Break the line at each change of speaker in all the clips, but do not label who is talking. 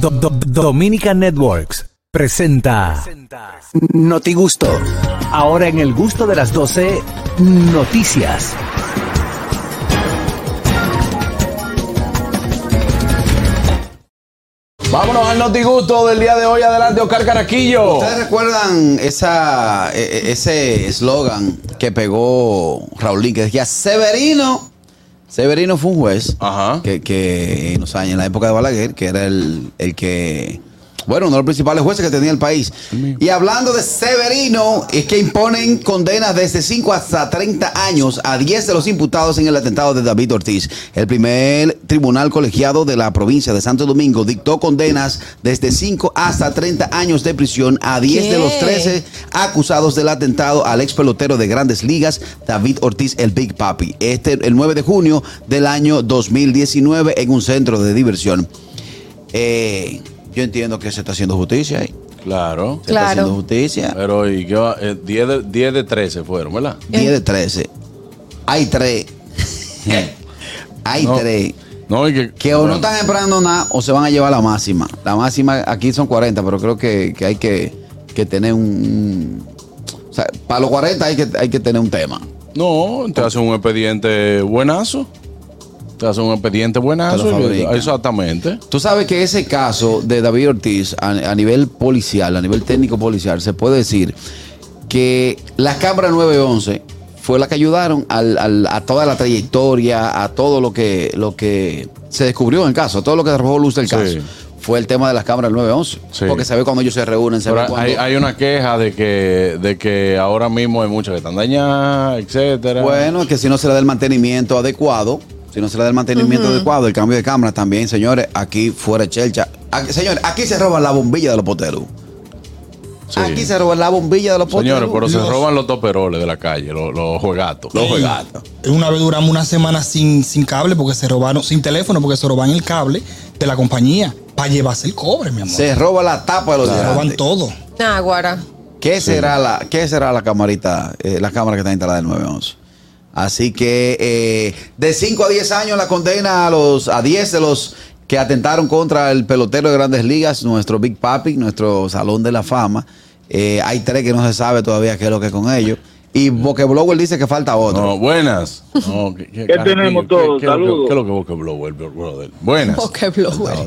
Do- Do- Dominica Networks presenta Noti Gusto. Ahora en el gusto de las 12, noticias.
Vámonos al notigusto del día de hoy. Adelante, Oscar Caraquillo.
¿Ustedes recuerdan esa, e- e- ese eslogan que pegó Raulín? Que decía, Severino. Severino fue un juez
Ajá.
que, que en los años, en la época de Balaguer, que era el, el que, bueno, uno de los principales jueces que tenía el país. Y hablando de Severino, es que imponen condenas desde 5 hasta 30 años a 10 de los imputados en el atentado de David Ortiz. El primer tribunal colegiado de la provincia de Santo Domingo dictó condenas desde 5 hasta 30 años de prisión a 10 de los
¿Qué?
13 acusados del atentado al ex pelotero de Grandes Ligas, David Ortiz, el Big Papi, este el 9 de junio del año 2019 en un centro de diversión. Eh, yo entiendo que se está haciendo justicia ahí.
Claro.
Se
Claro.
está haciendo justicia.
Pero y qué va? Eh, 10 de, 10 de 13 fueron, ¿verdad?
Eh.
10 de 13. Hay 3. Hay
No.
3.
No, y que.
Que o
bueno,
no están esperando nada o se van a llevar la máxima. La máxima aquí son 40, pero creo que, que hay que, que tener un- un... O sea, para los 40 hay que, hay que tener un tema.
No, te hacen un expediente buenazo. Te hacen un expediente buenazo.
Te lo
y-
fabrican.
exactamente.
Tú sabes que ese caso de David Ortiz a, a nivel policial, a nivel técnico policial, se puede decir que la cámara 911 fue la que ayudaron al- al- a toda la trayectoria, a todo lo que, lo que se descubrió en el caso, a todo lo que arrojó luz del
Sí.
caso. Fue el tema de las cámaras 911.
Sí.
Porque se ve cuando ellos se reúnen, se
Pero
ve cuando...
hay, hay una queja de que, de que ahora mismo hay muchas que están dañadas, etcétera.
Bueno, que si no se le da el mantenimiento adecuado, si no se le da el mantenimiento adecuado, el cambio de cámara también, señores, aquí fuera de chelcha. Aquí- señores, aquí se roban la bombilla de los poteros.
Sí.
Aquí se roban la bombilla de los poteros.
Señores, pero se
Los-
roban los toperoles de la calle, los, los juegatos.
Los juegatos.
Una vez duramos una semana sin, sin cable porque se robaron, sin teléfono porque se roban el cable de la compañía para llevarse el cobre, mi amor.
Se roba la tapa de los
Se roban
delantes.
todo.
Náguara.
¿Qué será la, qué será la camarita, eh, la cámara que está instalada del 911? Así que eh, de 5 a 10 años la condena a los a 10 de los que atentaron contra el pelotero de Grandes Ligas, nuestro Big Papi, nuestro Salón de la Fama. Eh, hay tres que no se sabe todavía qué es lo que es con ellos. Y Bokeblower dice que falta otro.
No, buenas. No, ¿qué, qué,
¿Qué
Carraquillo?
tenemos todos?
¿Qué- qué es lo que-
Saludos.
¿Qué es lo que vos que blower, brother? Buenas.
Poke blower.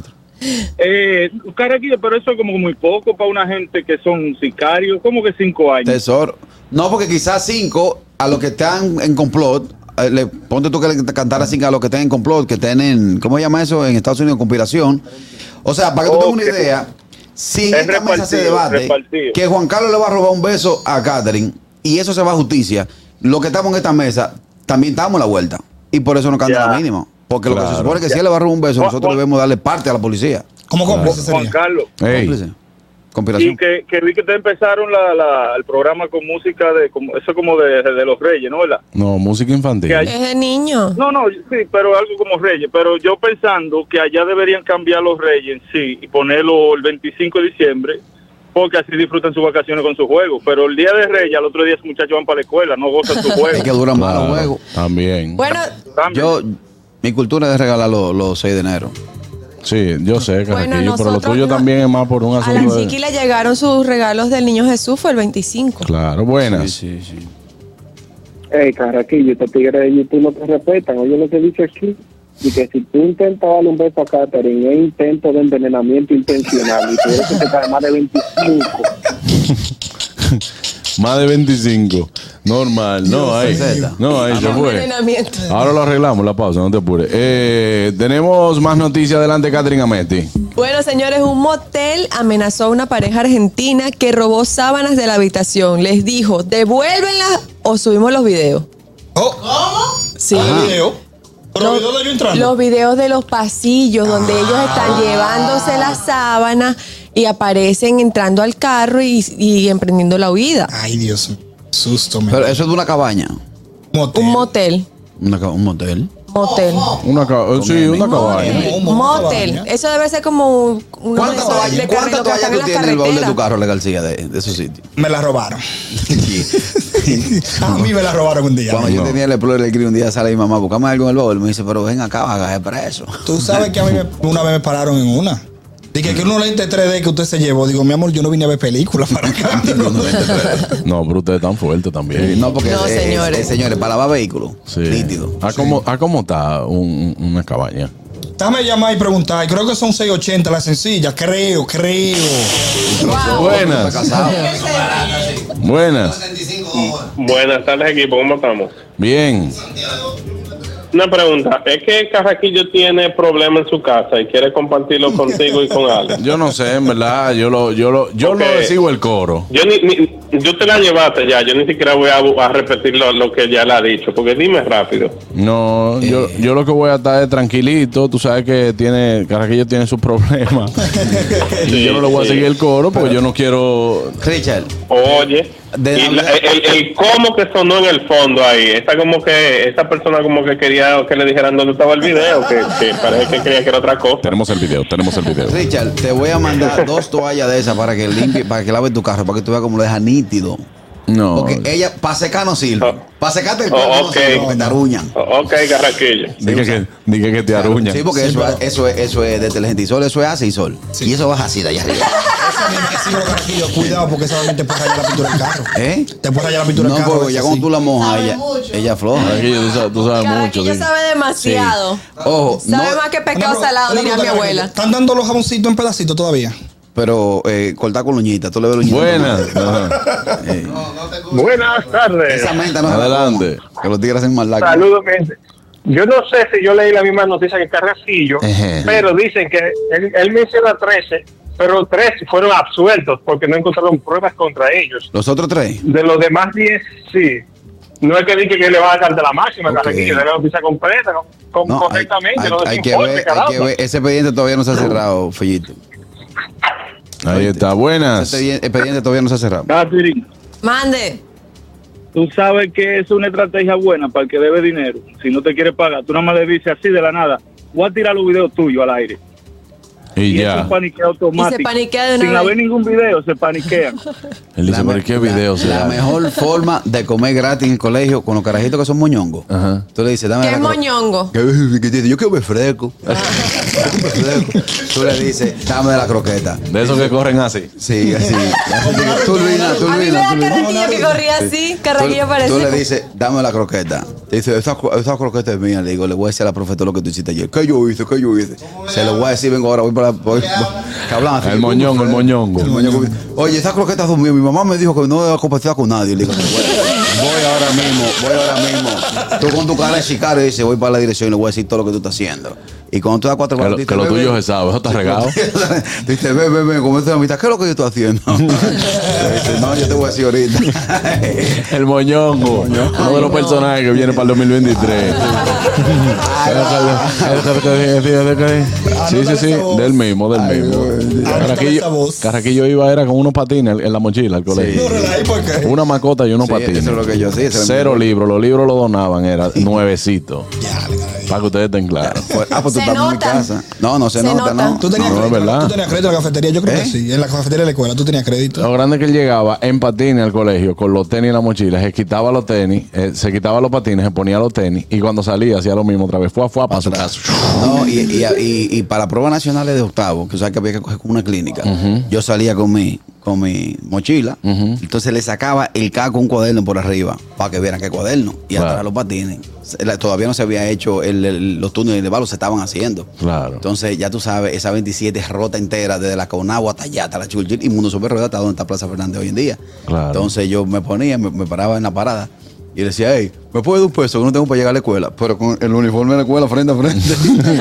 Eh, Caraquillo, pero eso es como muy poco para una gente que son sicarios. ¿Cómo que cinco años?
Tesoro. No, porque quizás cinco a los que están en complot, eh, le, ponte tú que le cantara cinco a los que estén en complot, que estén en, ¿cómo se llama eso? En Estados Unidos, conspiración. O sea, para que tú tengas
Ok.
una idea, si en
Es
esta mesa se
repartido,
debate
repartido.
que Juan Carlos le va a robar un beso a Catherine y eso se va a justicia, los que estamos en esta mesa también estamos a la vuelta y por eso no canta
Ya.
lo mínimo. Porque lo que se
Claro.
supone que si él le va a robar un beso,
Juan-
nosotros
Juan-
debemos darle parte a la policía.
¿Cómo cómplice
Juan
sería?
Carlos.
Ey,
Cómplice. Conspiración.
Y que, que vi que te empezaron la, la- el programa con música de como, eso como de, de los Reyes, ¿no? ¿Verdad?
no, música infantil.
Que hay-
Es de niño.
No, no, sí, pero algo como Reyes. Pero yo pensando que allá deberían cambiar los Reyes en sí y ponerlo el 25 de diciembre, porque así disfrutan sus vacaciones con su juego. Pero el día de Reyes, al otro día, esos muchachos van para la escuela, no gozan su
Es
juego.
que duran más
Claro,
los juegos.
También.
Bueno,
Cambien.
Yo, mi cultura es regalar los los 6 de enero.
sí, yo sé,
bueno
Carraquillo, pero lo
nosotros
tuyo
no-
también es más por un
a la
asunto
chiqui
de...
le llegaron sus regalos del niño Jesús, fue el 25.
Claro, buenas.
Sí, sí, sí.
Ey, carraquillo, estos tigres de YouTube no te respetan. Oye, lo que dice aquí. Y que si tú intentas darle un beso a Katherine, es intento de envenenamiento intencional. Y tú eres que te cae más de 25.
Más de 25. Normal. No, ahí.
Z.
No, ahí se fue.
Envenenamiento.
Ahora lo arreglamos, la pausa, no te apures. Eh, tenemos más noticias. Adelante, Catherine Ametti.
Bueno, señores, un motel amenazó a una pareja argentina que robó sábanas de la habitación. Les dijo, devuélvenlas o subimos los videos.
Oh, ¿Cómo?
Sí.
video. Pero
Los-
video de yo entrando.
Los videos de los pasillos donde ellos están llevándose la sábana y aparecen entrando al carro y, y emprendiendo la huida.
Ay, Dios mío. Susto, me.
Pero eh, eso es de una cabaña,
Motel.
Un motel,
una ca- un motel.
motel.
Una ca- eh, Sí, una cabaña.
Un
motel.
motel.
Eso debe ser como un, un
¿Cuántas
resort
toallas,
de
cuántas
carrito que
toallas
están
tú
en las
tienes en el baúl de tu
carreteras.
carro, la García, de, de esos sitios?
Me la robaron. A mí me la robaron un día.
Cuando yo tenía el Explorer, el Gris, un día sale mi mamá, buscame algo en el baúl. Me dice, pero ven acá, bagaje para eso.
Tú sabes que a mí me- una vez me pararon en una. Dije
Mm.
que unos lentes 3D que usted se llevó. Digo, mi amor, yo no vine a ver películas para acá. Digo,
No, pero usted es tan fuerte también.
Sí, No, porque
No,
eh, eh,
señores.
eh, señores, para lavar vehículos.
Sí.
Nítido.
¿A cómo, a cómo está un- un- una cabaña?
Déjame llamar y preguntar. Creo que son 680 las sencillas. Creo, creo.
Buenas, buenas.
Buenas tardes, equipo. ¿Cómo estamos?
Bien.
Una pregunta. Es que Carraquillo tiene problemas en su casa y quiere compartirlo contigo y con Alex.
Yo no sé, en verdad, yo lo, yo lo, yo
Ok.
lo sigo el coro.
Yo, ni, ni- yo te la llevaste ya. Yo ni siquiera voy a, a repetir lo, lo que ya le ha dicho. Porque dime rápido.
No, yo, yo lo que voy a estar es tranquilito. Tú sabes que tiene, Carraquillo tiene sus problemas. y yo no le voy a
Sí,
seguir
sí.
el coro porque yo no quiero.
Richard,
Oye,
De
y
la-
la- el, el cómo que sonó en el fondo ahí, esa como que esa persona como que quería que le dijeran dónde estaba el video, que, que parece que creía que era otra cosa.
Tenemos el video, tenemos el video.
Richard, te voy a mandar dos toallas de esas para que limpie, para que lave tu carro, para que tú veas cómo lo deja nítido.
No.
Porque ella, para secar no sirve. Para secarte el
Oh,
cuerpo no
ok.
sirve, porque te aruñan.
O- Ok, Garraquillo.
Dije que, dije que te aruña.
Sí, porque
Sí,
eso,
pero-
eso, es, eso es detergente y sol, eso es ácido y sol.
Sí.
Y eso baja así de allá arriba.
Esa misma que sigo carajillo. Cuidado, porque esa también te puede rayar la pintura del carro.
¿Eh?
Te puede rayar la pintura
No,
del carro.
porque ya
esa sí.
cuando tú la mojas,
Sabe
ella,
mucho.
ella afloja.
Carraquillo, tú sabes, tú sabes
Cada
mucho.
quien ya
sí.
sabe demasiado.
Ojo, no,
Sabe más que
Una
pescado
pregunta,
salado,
una
diría mi
pregunta, Carajillo.
abuela.
¿Están dando los jaboncitos en pedacitos todavía?
pero eh, cortar con luñita, tú le ves luñita.
Buenas. Ajá.
Buenas tardes.
Esa menta no se la
Adelante.
coma, Que los tigres hacen mal laco.
Saludos, mi gente. Yo no sé si yo leí la misma noticia que Carracillo,
Ejé.
pero dicen que él, él menciona 13, pero 13 fueron absueltos porque no encontraron pruebas contra ellos.
Los otros tres.
De los demás 10, sí. No es que diga que le va a dar de la máxima,
Ok.
Carracillo, de la noticia completa, ¿no? Con-
No, hay-
correctamente,
hay,
no
hay
desinforme,
que ver, hay
caramba.
que ver. Ese expediente todavía no se ha cerrado, Fellito.
Ahí está, buenas.
Ese expediente todavía no se ha cerrado.
Catherine,
Mande.
tú sabes que es una estrategia buena para el que debe dinero. Si no te quiere pagar, tú nada más le dices así de la nada, voy a tirar los videos tuyos al aire.
Y ya.
paniquea
automático. Y se paniquea de una Sin vez. haber
ningún video, se paniquean.
Él dice,
me-
pero ¿qué video
la- la
será?
mejor forma de comer gratis en el colegio con los carajitos que son moñongos.
Ajá.
Tú le dices, dame
¿Qué
la
es
cro-
moñongo? Ah.
que- que dice, Yo quiero me fresco. Yo quiero un fresco. Tú le dices, dame de la croqueta.
De esos que corren así.
Sí, así. así que tú, Luina, tú,
A mí me
Luina,
da
tú, Luina.
carraquillo que corría así, carraquillo
Tú le
parece.
dices, dame la croqueta. Te dice, esa, cro- esa croqueta es mía. Le digo, le voy a decir a la profesora lo que tú hiciste ayer. ¿Qué yo hice? ¿Qué yo hice? Se lo voy a decir, vengo ahora, voy para. Voy, que hablan así.
El moñongo, el moñongo.
El moñongo. Oye, esas croquetas son mías. Mi mamá me dijo que no debo compartir con nadie. Le digo, voy, voy ahora mismo, voy ahora mismo. Tú con tu cara de sicario dices, voy para la dirección y le voy a decir todo lo que tú estás haciendo. Y cuando tú das cuatro
Que lo,
tú dices,
que lo
"Ve, ve".
tuyo se sabe, eso está regado.
Dice, ve, ve, ve, comienza la mitad. ¿Qué es lo que yo estoy haciendo? Dice, no, yo te voy a decir ahorita.
El moñongo. Uno de los personajes que viene para el 2023. Sí, sí, sí. Del mismo, del mismo. Carraquillo, Carraquillo iba era con unos patines en la mochila al colegio.
Ahí, ¿por qué?
Una macota y unos
Sí,
patines.
eso es lo que yo- sí, eso es lo
Cero
mismo.
libros. Los libros los donaban, era nuevecito. Para que ustedes estén claros.
Pues, ah, pues tú
Se
estás en mi
nota.
casa. No, no se,
Se
nota,
nota.
no.
¿Tú tenías,
No, es
crédito, en la-
verdad.
¿Tú tenías crédito en la cafetería? Yo creo
¿Eh?
que sí. En la cafetería de la escuela, tú tenías crédito.
Lo grande que él llegaba en patines al colegio con los tenis en la mochila, se quitaba los tenis, eh, se quitaba los patines, se ponía los tenis y cuando salía hacía lo mismo otra vez. Fue a fue para su casa.
No, y, y, y- y para pruebas nacionales de octavo, que sabes que había que coger como una clínica, yo salía con mi, con mi mochila, entonces le sacaba el caco un cuaderno por arriba, para que vieran qué cuaderno, y
Claro.
atrás los patines. Se- la- Todavía no se había hecho, el- el- los turnos de intervalo se estaban haciendo.
Claro.
Entonces, ya tú sabes, esa 27 es rota entera, desde la Conagua hasta allá, hasta la Churchill, y Mundo Super Rueda, hasta donde está Plaza Fernández hoy en día.
Claro.
Entonces, yo me ponía, me, me paraba en la parada, y le decía, hey, ¿me puede dar un peso? Que no tengo para llegar a la escuela, pero con el uniforme de la escuela frente a frente.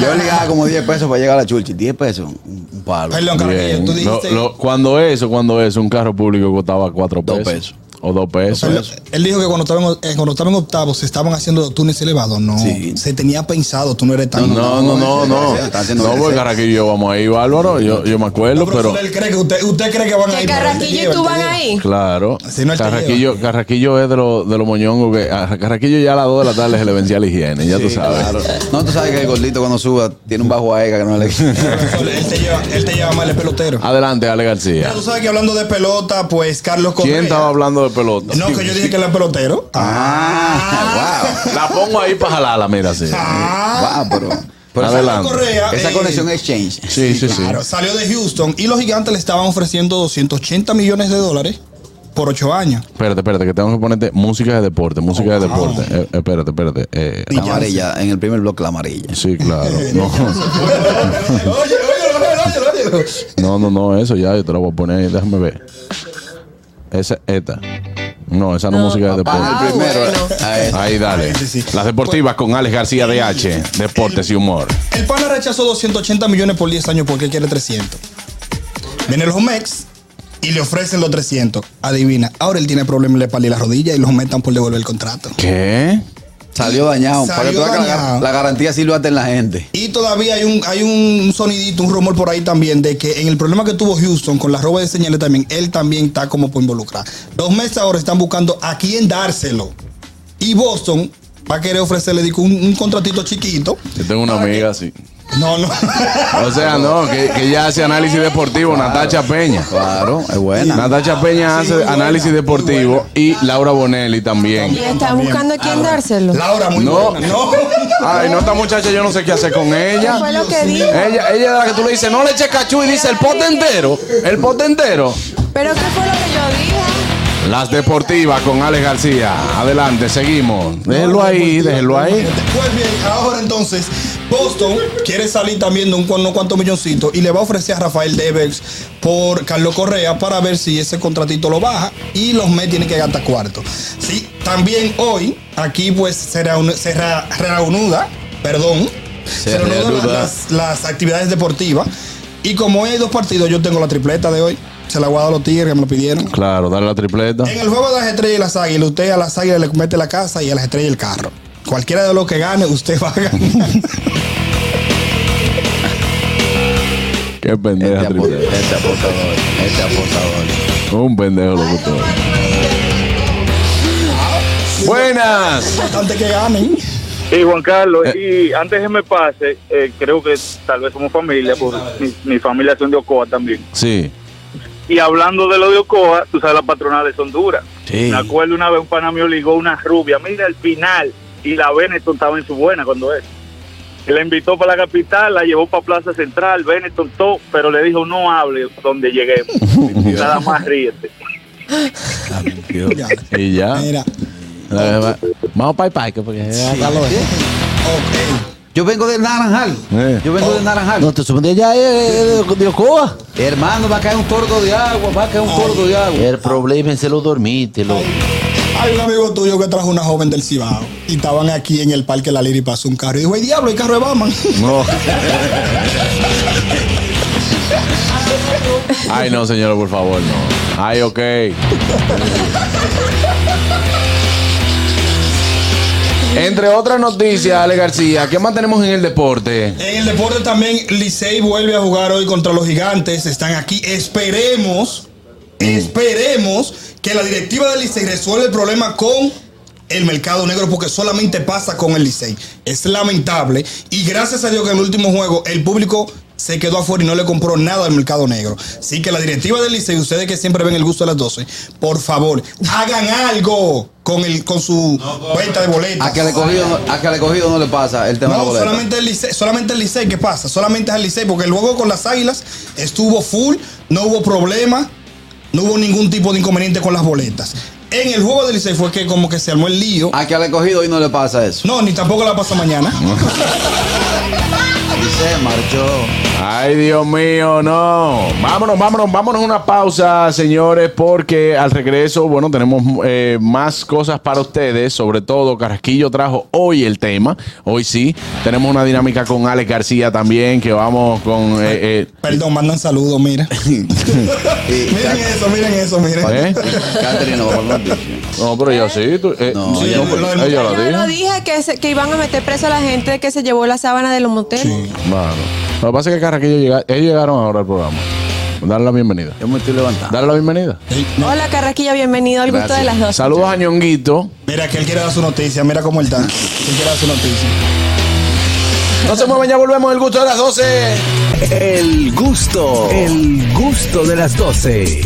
yo le daba como 10 pesos para llegar a la Churchill, 10 pesos, un, un palo.
Perdón, Carraquillo,
Bien.
tú
Lo-
dijiste.
lo- cuando eso, cuando eso, un carro público costaba cuatro
Dos
pesos.
pesos.
O dos pesos.
Perdón, Él dijo que cuando estaban, en- cuando estaban en octavos se estaban haciendo los túneles elevados. No,
Sí.
se tenía pensado. Tú no eres tan.
No, no, no, no.
Está haciendo
No, porque
crecer.
Carraquillo y yo vamos ahí, Bárbaro. Yo, yo me acuerdo, pero.
profesor, él cree que usted, usted cree que van a
Que
ir.
carraquillo y tú van ahí.
Claro.
Así no él te
Carraquillo, Carraquillo es de los de los moñongos que. a Carraquillo ya a las 2 de la tarde se le vencía la higiene, ya tú sabes.
No, tú sabes que el gordito cuando suba tiene un bajo a ega que no le
Profesor, él te lleva, él te lleva mal el pelotero. Ah,
Adelante, Ale García.
Tú sabes que hablando de pelota, pues Carlos Correa.
¿Quién estaba hablando de pelota?
No, que yo dije que él era pelotero.
Ah, wow.
La pongo ahí para jalarla, mira, sí.
Ah.
Wow, pero. Pero esa-
Adelante.
Correa,
Esa
eh,
conexión es change.
Sí, sí, sí.
Claro, salió de Houston y los gigantes le estaban ofreciendo 280 millones de dólares por 8 años.
Espérate, espérate, que tengo que ponerte música de deporte, música de
Oh,
deporte. Eh, espérate, espérate. eh,
La amarilla, en el primer bloque la amarilla.
sí, claro. No,
oye, oye, oye, oye.
no, no, no, eso ya, yo te lo voy a poner ahí, déjame ver. Esa, esta. No, esa no, es
No.
música de deporte.
Ah,
el primero. Eh,
bueno.
a esa.
Ahí, dale.
Sí, sí.
Las deportivas con Alex García de H. Deportes y humor.
El pana rechazó 280 millones por 10 años porque él quiere 300. Vienen los Mex y le ofrecen los 300. Adivina, ahora él tiene problemas en la espalda y la rodilla y los Mex están por devolver el contrato.
¿Qué?
Salió dañado. para que
Salió
tú veas que la,
dañado.
gar- la garantía sirve hasta en la gente.
Y todavía hay un, hay un sonidito, un rumor por ahí también de que en el problema que tuvo Houston con la roba de señales también, él también está como por involucrar. Los Mets ahora están buscando a quién dárselo. Y Boston va a querer ofrecerle digo, un, un contratito chiquito.
Yo tengo una amiga así.
No, no.
O sea, no, que, que ella hace análisis deportivo, Natacha Peña.
Claro, es buena.
Natacha Peña
Sí,
hace
muy buena,
análisis
muy
deportivo y Laura Bonelli
Y
también.
están buscando a quién dárselo.
Laura, muy
No.
buena. No.
Ay, no, esta muchacha yo no sé qué hacer con
¿Qué
ella.
fue lo que dijo?
Ella, ella es la que tú le dices, no le eches cachú y dice el pote entero, el pote entero.
¿Pero qué fue lo que yo dije?
Las deportivas con Alex García. Adelante, seguimos. Déjenlo ahí, déjenlo ahí.
Pues bien, ahora entonces Boston quiere salir también de un cu- unos cuantos milloncitos y le va a ofrecer a Rafael Devers por Carlos Correa para ver si ese contratito lo baja y los Mets tienen que gastar cuarto. Sí, también hoy aquí pues será un- será reanuda, perdón,
Se
será
reanuda.
las, las actividades deportivas y como hoy hay dos partidos, yo tengo la tripleta de hoy, se la voy a dar a los Tigres que me lo pidieron.
Claro, dale la tripleta.
En el juego de las estrellas y las águilas, usted a las águilas le mete la casa y a las estrellas el carro. Cualquiera de los que gane, usted va a ganar.
Qué pendeja
Este, apo-
tripleta.
este apostador. Este apostador.
Un pendejo locutor. Buenas.
Importante que ganen.
Y Juan
Eh.
Carlos, y antes que me pase, eh, creo que tal vez somos familia, porque mi, mi familia son de Ocoa también.
Sí.
Y hablando de lo de Ocoa, tú sabes, las patronales son duras.
Sí.
Me acuerdo una vez un pana mío ligó una rubia, mira el final, y la Benetton estaba en su buena cuando es. La invitó para la capital, la llevó para Plaza Central, Benetton, todo, pero le dijo, no hable donde lleguemos, nada más ríete.
Ya.
Y ya.
Mira,
La- va- Vamos para el parque porque
Carlos. Ok.
Yo vengo del Naranjal.
Eh.
Yo vengo del Naranjal.
No, te supongo que ya es de Ocoa.
Hermano, va a caer un tordo de agua. Va a caer un tordo de agua.
El problema es que lo dormiste, lo.
Hay un amigo tuyo que trajo una joven del Cibao y estaban aquí en el Parque La Lira y pasó un carro. Y dijo, ¡ay, diablo, el carro de Batman!
No. Ay, no, señores, por favor, no. Ay, ok. Entre otras noticias, Ale García, ¿qué más tenemos en el deporte?
En el deporte también, Licey vuelve a jugar hoy contra los gigantes. Están aquí. Esperemos, esperemos que la directiva del Licey resuelva el problema con el mercado negro, porque solamente pasa con el Licey. Es lamentable. Y gracias a Dios que en el último juego el público se quedó afuera y no le compró nada al mercado negro. Así que la directiva del Licey, ustedes que siempre ven el gusto de las 12, por favor, hagan algo con, el, con su venta de boletas.
A que le cogido, no- a que le cogido no le pasa el tema de la
No,
boleta.
solamente el Licey, solamente el Licey, ¿qué pasa? Solamente es el Licey, porque luego con las Águilas estuvo full, no hubo problema, no hubo ningún tipo de inconveniente con las boletas. En el juego del Licey fue que como que se armó el lío.
A que le cogido hoy no le pasa eso.
No, ni tampoco la pasa mañana.
Y se marchó.
Ay, Dios mío, no. Vámonos, vámonos, vámonos a una pausa, señores, porque al regreso, bueno, tenemos eh, más cosas para ustedes. Sobre todo, Carrasquillo trajo hoy el tema. Hoy sí. Tenemos una dinámica con Alex García también, que vamos con... eh, eh,
Perdón, mandan saludos, mira.
Y
Miren eso, miren eso, miren.
¿eh?
Catherine no va a hablar.
No, pero yo sí. tú- eh,
No,
sí,
yo
no,
no,
pues,
lo del
eh, yo
muchacho
lo
Yo no
dije.
dije que, se- que iban a meter preso a la gente que se llevó la sábana de los moteles.
Bueno, lo que pasa es que Carrasquillo llega, ellos llegaron ahora al programa. Dale la bienvenida.
Yo me estoy levantando.
Dale la bienvenida.
Hola, Carraquilla, bienvenido al gusto de las dos.
Saludos a Ñonguito.
Mira que él quiere dar su noticia, mira cómo él está. Él quiere dar su noticia.
No se muevan, ya volvemos. El gusto de las 12.
El gusto, el gusto de las 12.